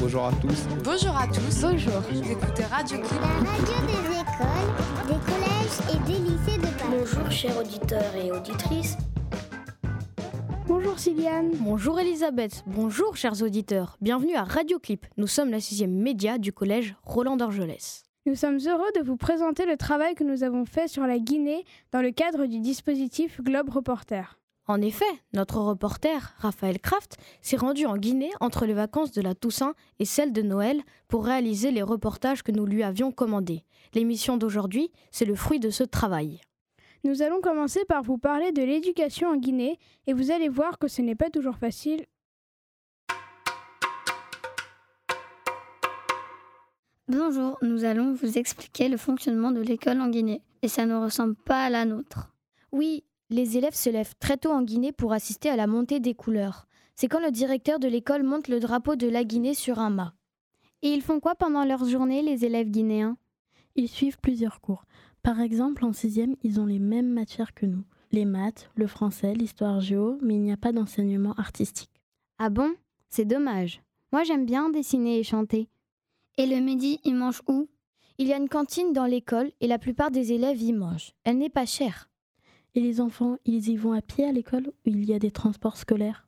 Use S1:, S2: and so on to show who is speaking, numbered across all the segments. S1: Bonjour à tous.
S2: Bonjour à tous.
S3: Bonjour.
S2: Vous écoutez Radio Clip.
S4: La radio des écoles, des collèges et des lycées de Paris.
S5: Bonjour chers auditeurs et auditrices.
S6: Bonjour Sylviane.
S7: Bonjour Elisabeth. Bonjour chers auditeurs. Bienvenue à Radio Clip. Nous sommes la sixième média du collège Roland d'Orgelès.
S6: Nous sommes heureux de vous présenter le travail que nous avons fait sur la Guinée dans le cadre du dispositif Globe Reporter.
S7: En effet, notre reporter, Raphaël Kraft, s'est rendu en Guinée entre les vacances de la Toussaint et celles de Noël pour réaliser les reportages que nous lui avions commandés. L'émission d'aujourd'hui, c'est le fruit de ce travail.
S6: Nous allons commencer par vous parler de l'éducation en Guinée et vous allez voir que ce n'est pas toujours facile.
S8: Bonjour, nous allons vous expliquer le fonctionnement de l'école en Guinée et ça ne ressemble pas à la nôtre.
S9: Oui, les élèves se lèvent très tôt en Guinée pour assister à la montée des couleurs. C'est quand le directeur de l'école monte le drapeau de la Guinée sur un mât.
S10: Et ils font quoi pendant leur journée, les élèves guinéens
S11: Ils suivent plusieurs cours. Par exemple, en sixième, ils ont les mêmes matières que nous. Les maths, le français, l'histoire géo, mais il n'y a pas d'enseignement artistique.
S10: Ah bon C'est dommage. Moi j'aime bien dessiner et chanter.
S8: Et le midi, ils mangent où
S9: Il y a une cantine dans l'école et la plupart des élèves y mangent. Elle n'est pas chère.
S11: Et les enfants, ils y vont à pied à l'école ou il y a des transports scolaires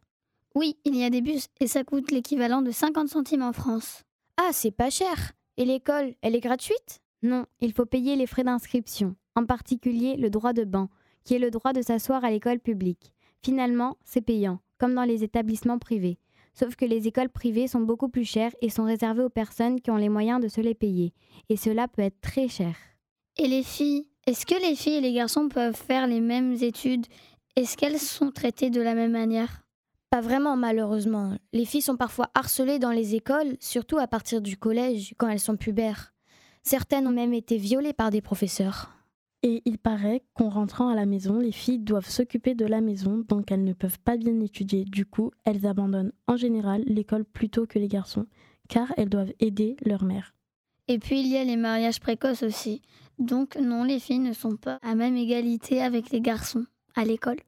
S8: Oui, il y a des bus et ça coûte l'équivalent de 50 centimes en France.
S9: Ah, c'est pas cher Et l'école, elle est gratuite
S10: Non, il faut payer les frais d'inscription, en particulier le droit de banc, qui est le droit de s'asseoir à l'école publique. Finalement, c'est payant, comme dans les établissements privés. Sauf que les écoles privées sont beaucoup plus chères et sont réservées aux personnes qui ont les moyens de se les payer. Et cela peut être très cher.
S8: Et les filles est-ce que les filles et les garçons peuvent faire les mêmes études Est-ce qu'elles sont traitées de la même manière
S9: Pas vraiment malheureusement. Les filles sont parfois harcelées dans les écoles, surtout à partir du collège, quand elles sont pubères. Certaines ont même été violées par des professeurs.
S11: Et il paraît qu'en rentrant à la maison, les filles doivent s'occuper de la maison, donc elles ne peuvent pas bien étudier. Du coup, elles abandonnent en général l'école plutôt que les garçons, car elles doivent aider leur mère.
S8: Et puis il y a les mariages précoces aussi. Donc non, les filles ne sont pas à même égalité avec les garçons à l'école.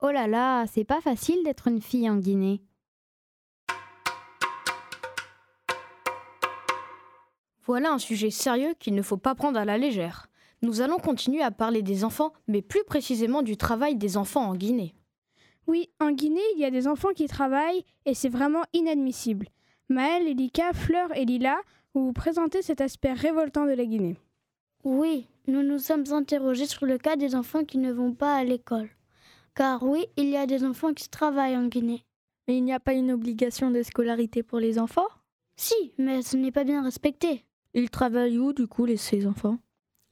S10: Oh là là, c'est pas facile d'être une fille en Guinée.
S7: Voilà un sujet sérieux qu'il ne faut pas prendre à la légère. Nous allons continuer à parler des enfants, mais plus précisément du travail des enfants en Guinée.
S6: Oui, en Guinée, il y a des enfants qui travaillent et c'est vraiment inadmissible. Maëlle, Elika, Fleur et Lila vous vous présentez cet aspect révoltant de la Guinée.
S5: Oui, nous nous sommes interrogés sur le cas des enfants qui ne vont pas à l'école. Car oui, il y a des enfants qui travaillent en Guinée.
S12: Mais il n'y a pas une obligation de scolarité pour les enfants
S5: Si, mais ce n'est pas bien respecté.
S12: Ils travaillent où du coup, les, ces enfants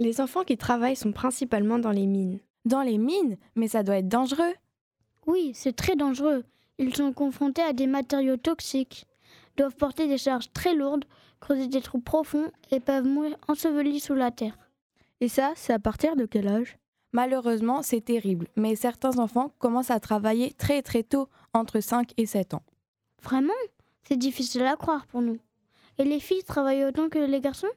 S13: Les enfants qui travaillent sont principalement dans les mines.
S12: Dans les mines Mais ça doit être dangereux
S5: Oui, c'est très dangereux. Ils sont confrontés à des matériaux toxiques, doivent porter des charges très lourdes, creuser des trous profonds et peuvent mourir ensevelis sous la terre.
S12: Et ça, c'est à partir de quel âge
S14: Malheureusement, c'est terrible, mais certains enfants commencent à travailler très très tôt, entre 5 et 7 ans.
S5: Vraiment C'est difficile à croire pour nous. Et les filles travaillent autant que les garçons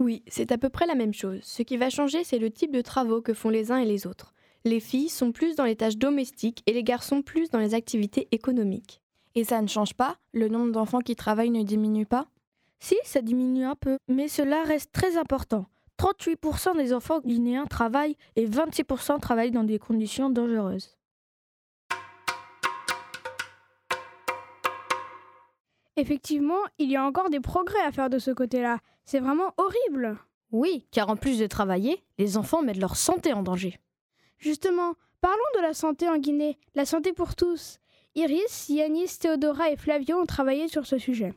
S13: Oui, c'est à peu près la même chose. Ce qui va changer, c'est le type de travaux que font les uns et les autres. Les filles sont plus dans les tâches domestiques et les garçons plus dans les activités économiques.
S14: Et ça ne change pas Le nombre d'enfants qui travaillent ne diminue pas
S12: si, ça diminue un peu, mais cela reste très important. 38% des enfants guinéens travaillent et 26% travaillent dans des conditions dangereuses.
S6: Effectivement, il y a encore des progrès à faire de ce côté-là. C'est vraiment horrible.
S7: Oui, car en plus de travailler, les enfants mettent leur santé en danger.
S6: Justement, parlons de la santé en Guinée, la santé pour tous. Iris, Yanis, Théodora et Flavio ont travaillé sur ce sujet.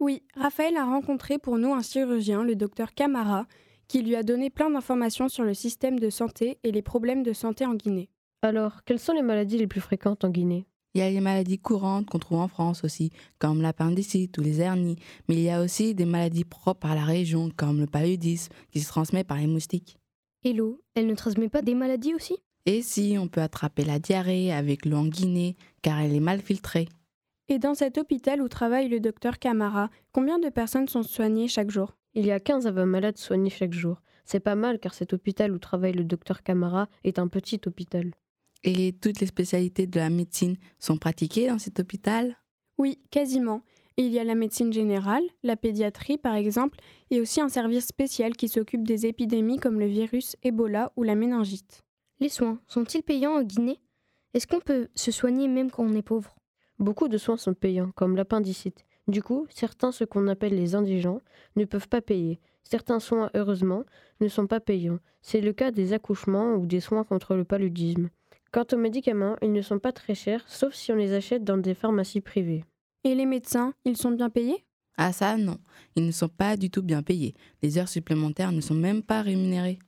S13: Oui, Raphaël a rencontré pour nous un chirurgien, le docteur Camara, qui lui a donné plein d'informations sur le système de santé et les problèmes de santé en Guinée.
S15: Alors, quelles sont les maladies les plus fréquentes en Guinée
S16: Il y a les maladies courantes qu'on trouve en France aussi, comme l'appendicite ou les hernies, mais il y a aussi des maladies propres à la région, comme le paludisme, qui se transmet par les moustiques.
S15: Et l'eau, elle ne transmet pas des maladies aussi
S16: Et si, on peut attraper la diarrhée avec l'eau en Guinée, car elle est mal filtrée.
S13: Et dans cet hôpital où travaille le docteur Camara, combien de personnes sont soignées chaque jour
S15: Il y a 15 à 20 malades soignés chaque jour. C'est pas mal car cet hôpital où travaille le docteur Camara est un petit hôpital.
S16: Et toutes les spécialités de la médecine sont pratiquées dans cet hôpital
S13: Oui, quasiment.
S6: Il y a la médecine générale, la pédiatrie par exemple, et aussi un service spécial qui s'occupe des épidémies comme le virus Ebola ou la méningite.
S7: Les soins sont-ils payants en Guinée Est-ce qu'on peut se soigner même quand on est pauvre
S15: Beaucoup de soins sont payants, comme l'appendicite. Du coup, certains, ce qu'on appelle les indigents, ne peuvent pas payer. Certains soins, heureusement, ne sont pas payants. C'est le cas des accouchements ou des soins contre le paludisme. Quant aux médicaments, ils ne sont pas très chers, sauf si on les achète dans des pharmacies privées.
S6: Et les médecins, ils sont bien payés
S16: Ah ça, non. Ils ne sont pas du tout bien payés. Les heures supplémentaires ne sont même pas rémunérées.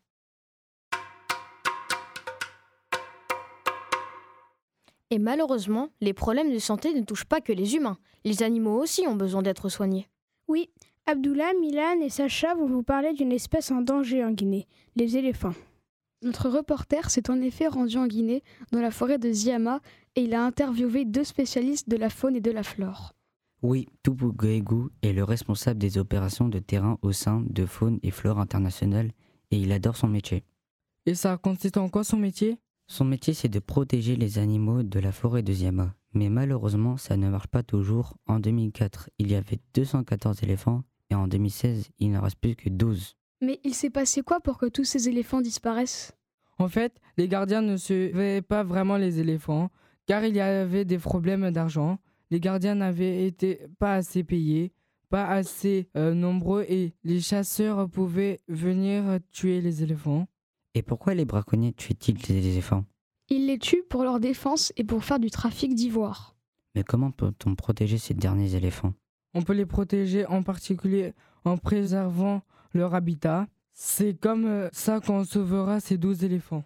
S7: Et malheureusement, les problèmes de santé ne touchent pas que les humains. Les animaux aussi ont besoin d'être soignés.
S6: Oui, Abdullah, Milan et Sacha vont vous parler d'une espèce en danger en Guinée, les éléphants.
S1: Notre reporter s'est en effet rendu en Guinée, dans la forêt de Ziama, et il a interviewé deux spécialistes de la faune et de la flore.
S3: Oui, Tupu Grégou est le responsable des opérations de terrain au sein de Faune et Flore Internationale et il adore son métier.
S17: Et ça consiste en quoi son métier
S3: Son métier, c'est de protéger les animaux de la forêt de Ziama. Mais malheureusement, ça ne marche pas toujours. En 2004, il y avait 214 éléphants et en 2016, il n'en reste plus que 12.
S1: Mais il s'est passé quoi pour que tous ces éléphants disparaissent
S17: En fait, les gardiens ne suivaient pas vraiment les éléphants, car il y avait des problèmes d'argent. Les gardiens n'avaient été pas assez payés, pas assez euh, nombreux, et les chasseurs pouvaient venir tuer les éléphants.
S3: Et pourquoi les braconniers tuent-ils les éléphants
S1: Ils les tuent pour leur défense et pour faire du trafic d'ivoire.
S3: Mais comment peut-on protéger ces derniers éléphants
S17: On peut les protéger en particulier en préservant leur habitat. C'est comme euh, ça qu'on sauvera ces 12 éléphants.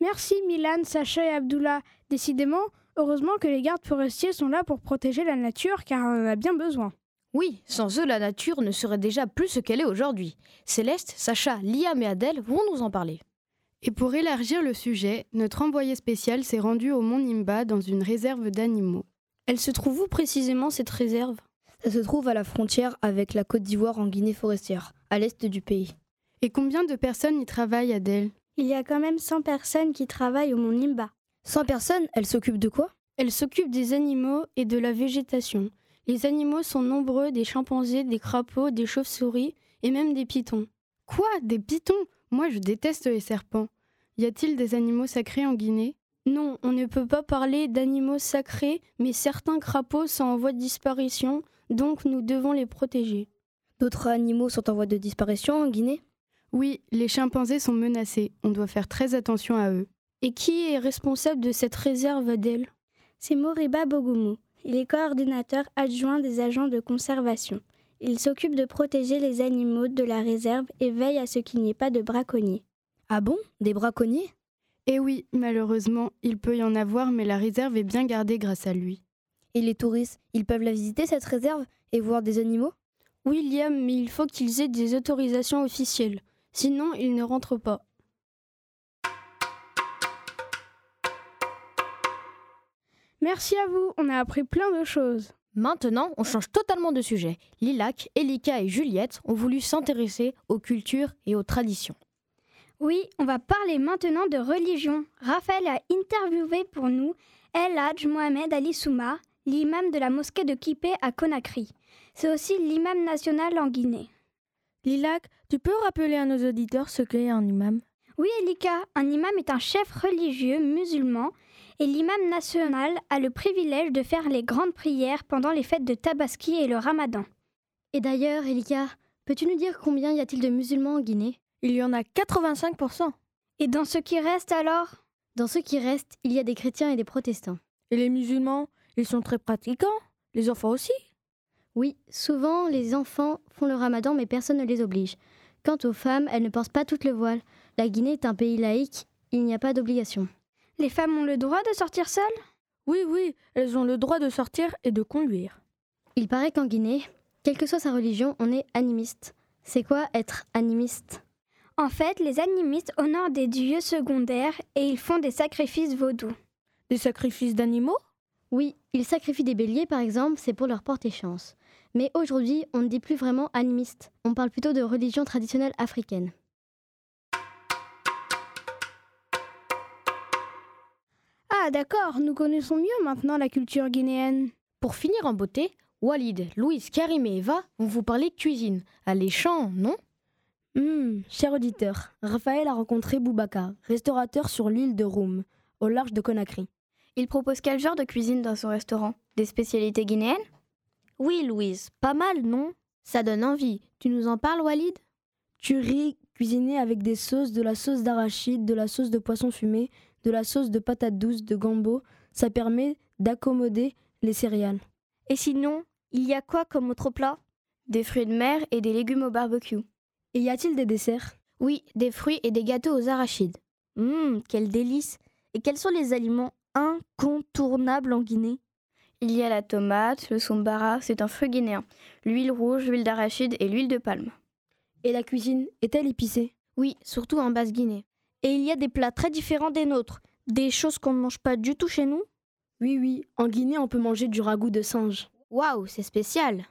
S6: Merci Milan, Sacha et Abdullah. Décidément, heureusement que les gardes forestiers sont là pour protéger la nature car on en a bien besoin.
S7: Oui, sans eux, la nature ne serait déjà plus ce qu'elle est aujourd'hui. Céleste, Sacha, Liam et Adèle vont nous en parler.
S18: Et pour élargir le sujet, notre envoyé spécial s'est rendu au Mont Nimba dans une réserve d'animaux.
S19: Elle se trouve où précisément cette réserve
S20: Ça se trouve à la frontière avec la Côte d'Ivoire en Guinée forestière, à l'est du pays.
S18: Et combien de personnes y travaillent, Adèle
S21: Il y a quand même 100 personnes qui travaillent au Mont Nimba.
S20: 100 personnes Elles s'occupent de quoi
S21: Elles s'occupent des animaux et de la végétation. Les animaux sont nombreux, des chimpanzés, des crapauds, des chauves-souris et même des pitons.
S18: Quoi Des pitons Moi je déteste les serpents. Y a-t-il des animaux sacrés en Guinée
S21: non, on ne peut pas parler d'animaux sacrés, mais certains crapauds sont en voie de disparition, donc nous devons les protéger.
S20: D'autres animaux sont en voie de disparition en Guinée
S18: Oui, les chimpanzés sont menacés, on doit faire très attention à eux.
S21: Et qui est responsable de cette réserve, Adèle C'est Moriba Bogumu. Il est coordinateur adjoint des agents de conservation. Il s'occupe de protéger les animaux de la réserve et veille à ce qu'il n'y ait pas de braconniers.
S20: Ah bon Des braconniers
S18: eh oui, malheureusement, il peut y en avoir, mais la réserve est bien gardée grâce à lui.
S20: Et les touristes, ils peuvent la visiter, cette réserve, et voir des animaux
S21: Oui, Liam, mais il faut qu'ils aient des autorisations officielles. Sinon, ils ne rentrent pas.
S6: Merci à vous, on a appris plein de choses.
S7: Maintenant, on change totalement de sujet. Lilac, Elika et Juliette ont voulu s'intéresser aux cultures et aux traditions.
S22: Oui, on va parler maintenant de religion. Raphaël a interviewé pour nous El Hadj Mohamed Ali Souma, l'imam de la mosquée de Kipé à Conakry. C'est aussi l'imam national en Guinée.
S12: Lilac, tu peux rappeler à nos auditeurs ce qu'est un imam
S22: Oui, Elika, un imam est un chef religieux musulman et l'imam national a le privilège de faire les grandes prières pendant les fêtes de Tabaski et le Ramadan.
S8: Et d'ailleurs, Elika, peux-tu nous dire combien y a-t-il de musulmans en Guinée
S12: il y en a 85%.
S22: Et dans ce qui reste alors
S8: Dans ce qui reste, il y a des chrétiens et des protestants.
S12: Et les musulmans, ils sont très pratiquants Les enfants aussi
S8: Oui, souvent les enfants font le ramadan mais personne ne les oblige. Quant aux femmes, elles ne portent pas toutes le voile. La Guinée est un pays laïque, il n'y a pas d'obligation.
S22: Les femmes ont le droit de sortir seules
S12: Oui, oui, elles ont le droit de sortir et de conduire.
S8: Il paraît qu'en Guinée, quelle que soit sa religion, on est animiste. C'est quoi être animiste
S22: en fait, les animistes honorent des dieux secondaires et ils font des sacrifices vaudous.
S12: Des sacrifices d'animaux
S8: Oui, ils sacrifient des béliers par exemple, c'est pour leur porter chance. Mais aujourd'hui, on ne dit plus vraiment animiste, on parle plutôt de religion traditionnelle africaine.
S22: Ah,
S6: Ah, d'accord, nous connaissons mieux maintenant la culture guinéenne.
S23: Pour finir en beauté, Walid, Louise, Karim et Eva vont vous parler cuisine. Alléchant, non
S7: Hum, cher auditeur, Raphaël a rencontré Boubaka, restaurateur sur l'île de Roum, au large de Conakry.
S8: Il propose quel genre de cuisine dans son restaurant Des spécialités guinéennes
S24: Oui, Louise, pas mal, non Ça donne envie. Tu nous en parles, Walid
S7: Tu ris cuisiné avec des sauces, de la sauce d'arachide, de la sauce de poisson fumé, de la sauce de patate douce, de gambo. Ça permet d'accommoder les céréales.
S8: Et sinon, il y a quoi comme autre plat Des fruits de mer et des légumes au barbecue.
S7: Et y a-t-il des desserts
S24: Oui, des fruits et des gâteaux aux arachides.
S7: Hum, quel délice
S24: Et quels sont les aliments incontournables en Guinée
S8: Il y a la tomate, le sombara, c'est un fruit guinéen, l'huile rouge, l'huile d'arachide et l'huile de palme.
S7: Et la cuisine est-elle épicée
S24: Oui, surtout en Basse-Guinée.
S7: Et il y a des plats très différents des nôtres, des choses qu'on ne mange pas du tout chez nous Oui, oui, en Guinée, on peut manger du ragoût de singe.
S24: Waouh, c'est spécial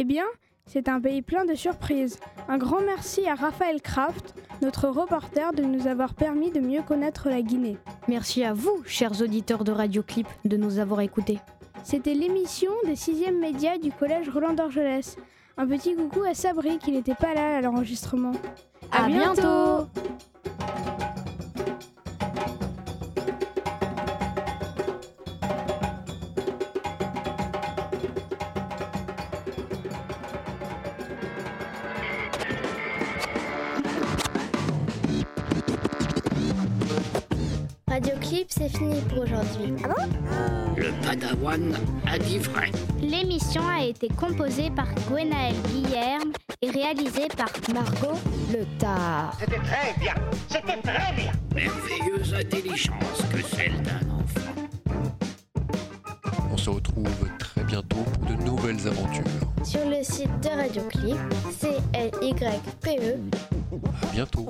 S6: Eh bien, c'est un pays plein de surprises. Un grand merci à Raphaël Kraft, notre reporter, de nous avoir permis de mieux connaître la Guinée.
S23: Merci à vous, chers auditeurs de Radio Clip, de nous avoir écoutés.
S6: C'était l'émission des 6e médias du collège Roland d'Orgelès. Un petit coucou à Sabri qui n'était pas là à l'enregistrement.
S23: À, à bientôt, bientôt
S4: Radio Clip, c'est fini pour aujourd'hui.
S25: Ah bon
S26: Le Padawan a dit vrai.
S4: L'émission a été composée par Gwenaël Guillerme et réalisée par
S27: Margot Le Tard.
S26: C'était très bien, c'était très bien. Merveilleuse intelligence que celle d'un enfant.
S28: On se retrouve très bientôt pour de nouvelles aventures.
S4: Sur E, le site de Radio Clip, C-L-Y-P-E.
S28: À bientôt.